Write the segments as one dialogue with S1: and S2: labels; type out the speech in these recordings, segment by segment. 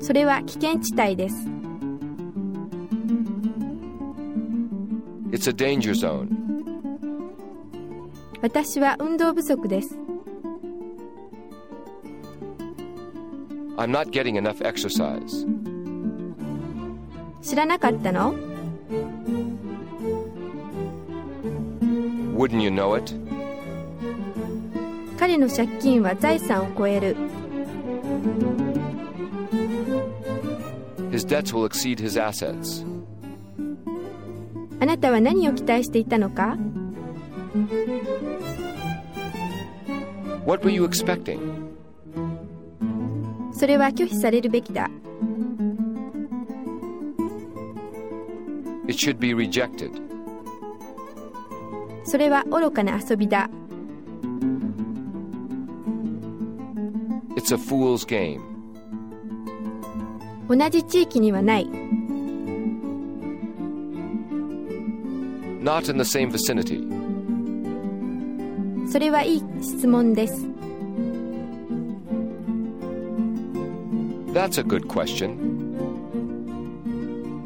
S1: それは危険地帯です
S2: It's a danger zone.
S1: 私は運動不足です
S2: I'm not getting enough exercise.
S1: 知らなかったの
S2: Wouldn't you know it?
S1: 彼の借金は財産を超える
S2: His debts will exceed his assets.
S1: あなたは何を期待していたのか
S2: What were you expecting?
S1: それは拒否されるべきだ
S2: It should be rejected.
S1: それは愚かな遊びだ
S2: It's a fool's game.
S1: 同じ地域にはない
S2: Not in the same vicinity.
S1: それはいい質問です
S2: That's a good question.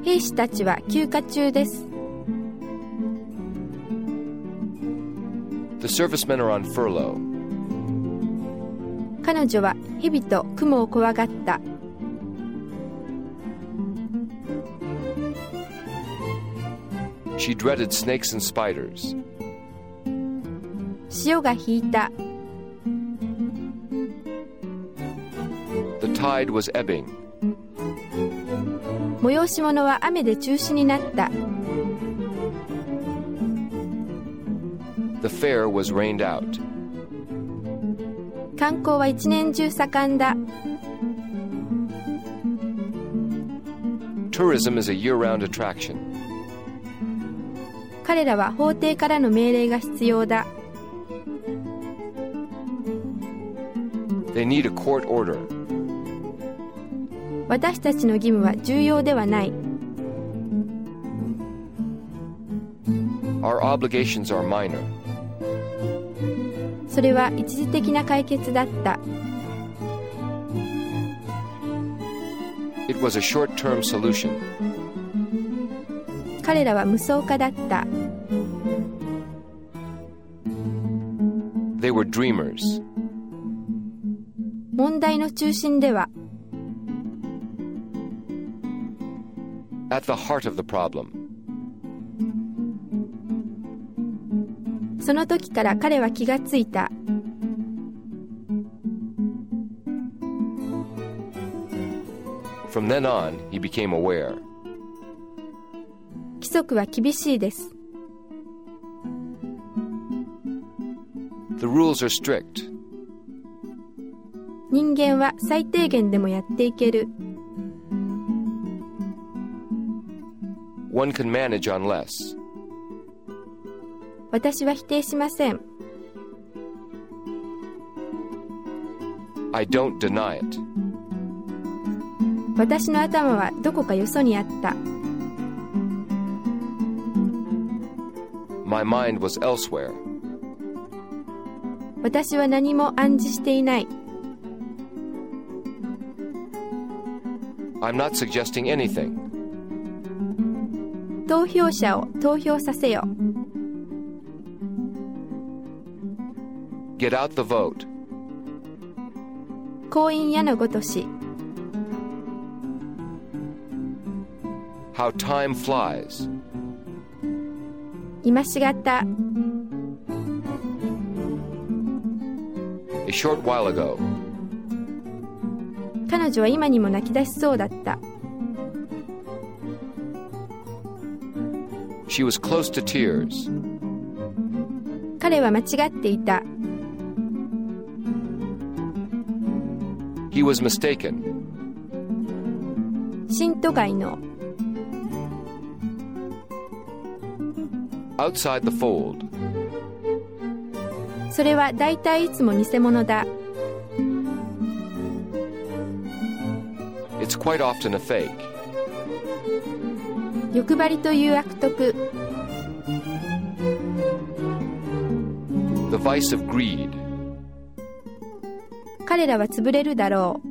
S1: 兵士たちは休暇中です
S2: The servicemen are on furlough.
S1: 彼女は蛇と雲を怖がった
S2: She dreaded snakes and spiders.
S1: 潮が引いた
S2: The tide was ebbing.
S1: 催し物は雨で中止になった
S2: The fair was rained out.
S1: 観光は一年中盛んだ
S2: Tourism is a year round attraction.
S1: 彼らは法廷からの命令が必要だ
S2: They need a court order.
S1: 私たちの義務は重要ではない
S2: Our obligations are minor.
S1: それは一時的な解決だった
S2: It was a short term solution.
S1: 彼らは無双家だった
S2: They were dreamers.
S1: 問題の中心では
S2: At the heart of the problem.
S1: その時から彼は気がついた
S2: From then on, he became aware.
S1: 規則は厳しいです
S2: The rules are strict.
S1: 人間は最低限でもやっていける
S2: One can manage on less.
S1: 私は否定しません
S2: I don't deny it.
S1: 私の頭はどこかよそにあった。
S2: My mind was elsewhere.
S1: 私は何も暗示していない。
S2: I'm not suggesting anything.
S1: 投票者を投票させよ。
S2: Get out the vote.
S1: 婚姻屋のごとし。
S2: How time flies.
S1: 今しがた、
S2: A short while ago,
S1: 彼女は今にも泣き出しそうだった。
S2: she was close to tears.
S1: 彼は間違っていた。
S2: He was mistaken.
S1: 新都会の
S2: Outside the fold.
S1: それは大体いつも偽物だ。
S2: It's quite often a fake.
S1: 欲張りという悪徳。
S2: The vice of greed.
S1: 彼らは潰れるだろう。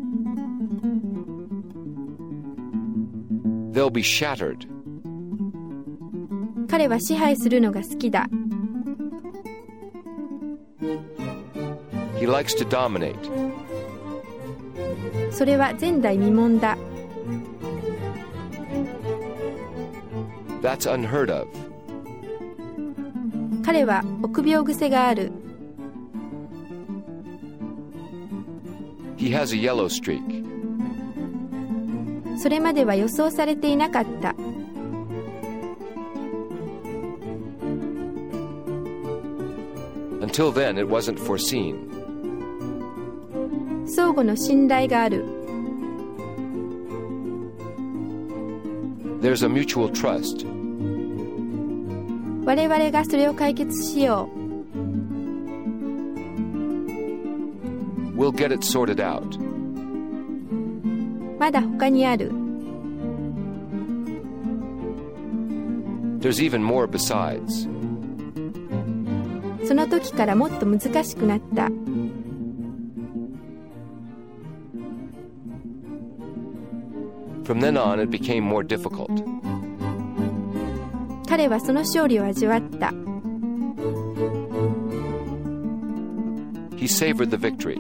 S2: they'll be shattered.
S1: 彼は支配するのが好きだ
S2: He likes to dominate.
S1: それは前代未聞だ
S2: That's unheard of.
S1: 彼は臆病癖がある
S2: He has a yellow streak.
S1: それまでは予想されていなかった。
S2: Until then, it wasn't foreseen.
S1: 相互の信頼がある。
S2: There's a mutual trust.
S1: 我々がそれを解決しよ
S2: We'll get it sorted out.
S1: う。まだ他にある。
S2: There's even more besides.
S1: その時からもっと難しくなった。
S2: From then on, it became more difficult.
S1: 彼はその勝利を味わった。
S2: He savored the victory.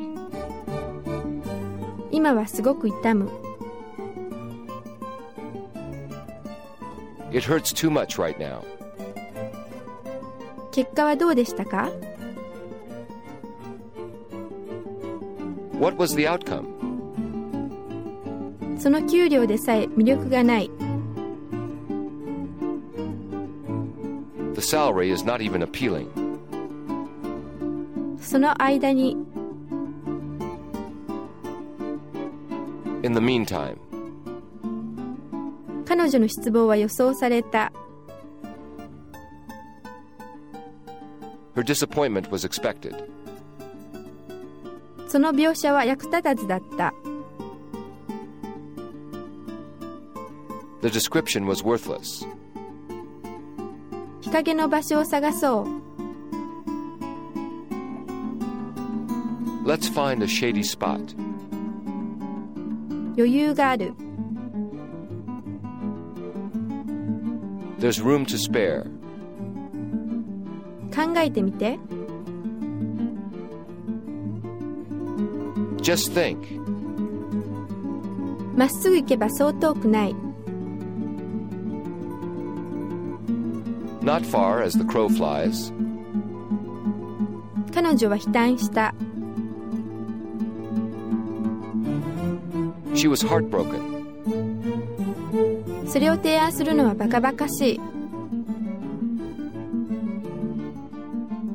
S1: 今はすごく痛む。
S2: It hurts too much right now.
S1: 結果はどうでしたか
S2: What was the outcome?
S1: その給料でさえ魅力がない。
S2: The salary is not even appealing.
S1: その間に
S2: In the meantime,
S1: 彼女の失望は予想された。
S2: her disappointment was expected.
S1: その描写は役立たずだった。
S2: The description was worthless.
S1: 日陰の場所を探そう。
S2: Let's find a shady spot.
S1: 余裕がある。
S2: There's room to spare.
S1: 考えてみて。
S2: Just think.
S1: まっすぐ行けばそう遠くない。
S2: Not far as the crow flies.
S1: 彼女は悲嘆した。
S2: She was heartbroken.
S1: それを提案するのはバカバカしい。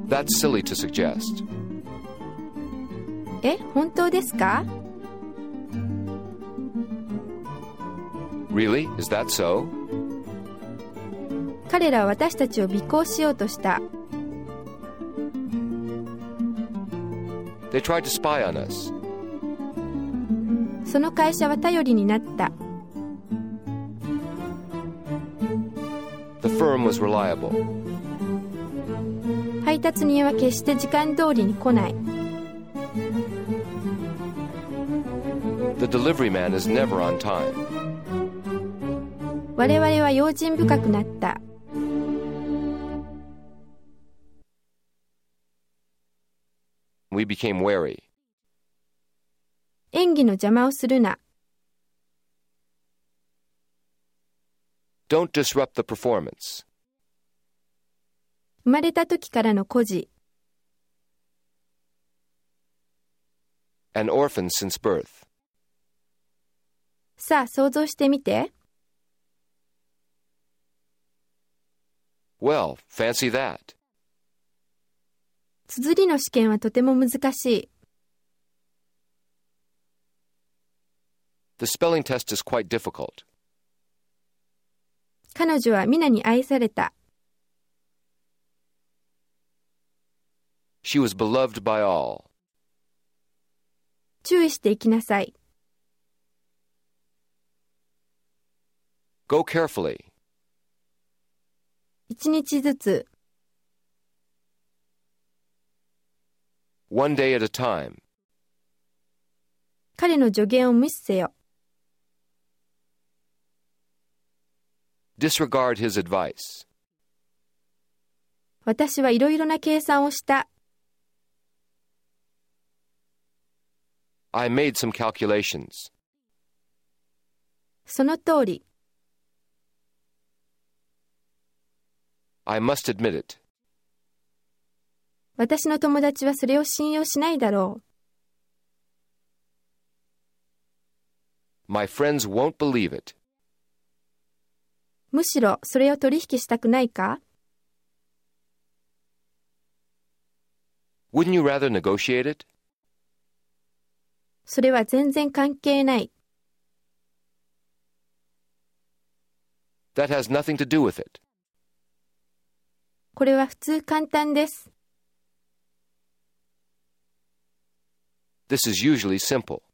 S2: That's silly to suggest.
S1: え、本当ですか
S2: Really? Is that so?
S1: 彼らは私たちを尾行しようとした。
S2: They tried to spy on us.
S1: その会社は頼りになった。
S2: The firm was reliable.
S1: 配達人は決して時間通りに来ない。
S2: The delivery man is never on time.
S1: 我々は用心深くなった。
S2: We became wary.
S1: 演技の邪魔をするな。
S2: Don't disrupt the performance.
S1: 生まれた時からの孤児。
S2: An orphan since birth.
S1: さあ想像してみて。
S2: Well, fancy that.
S1: 綴りの試験はとても難しい。
S2: The spelling test is quite difficult.
S1: 彼女は皆に愛された。
S2: She was beloved by all.
S1: 注意していきなさい。
S2: Go carefully.
S1: 一日ずつ、
S2: One day at a time.
S1: 彼の助言を無視せよ。
S2: disregard his advice.
S1: 私はいろいろな計算をした。
S2: I made some calculations.
S1: その通り。
S2: I must admit it.
S1: 私の友達はそれを信用しないだろう。
S2: My friends won't believe it.
S1: むしろそれを取引したくないか
S2: Wouldn't you rather negotiate it?
S1: それは全然関係ない。
S2: That has nothing to do with it.
S1: これは普通簡単です。
S2: This is usually simple.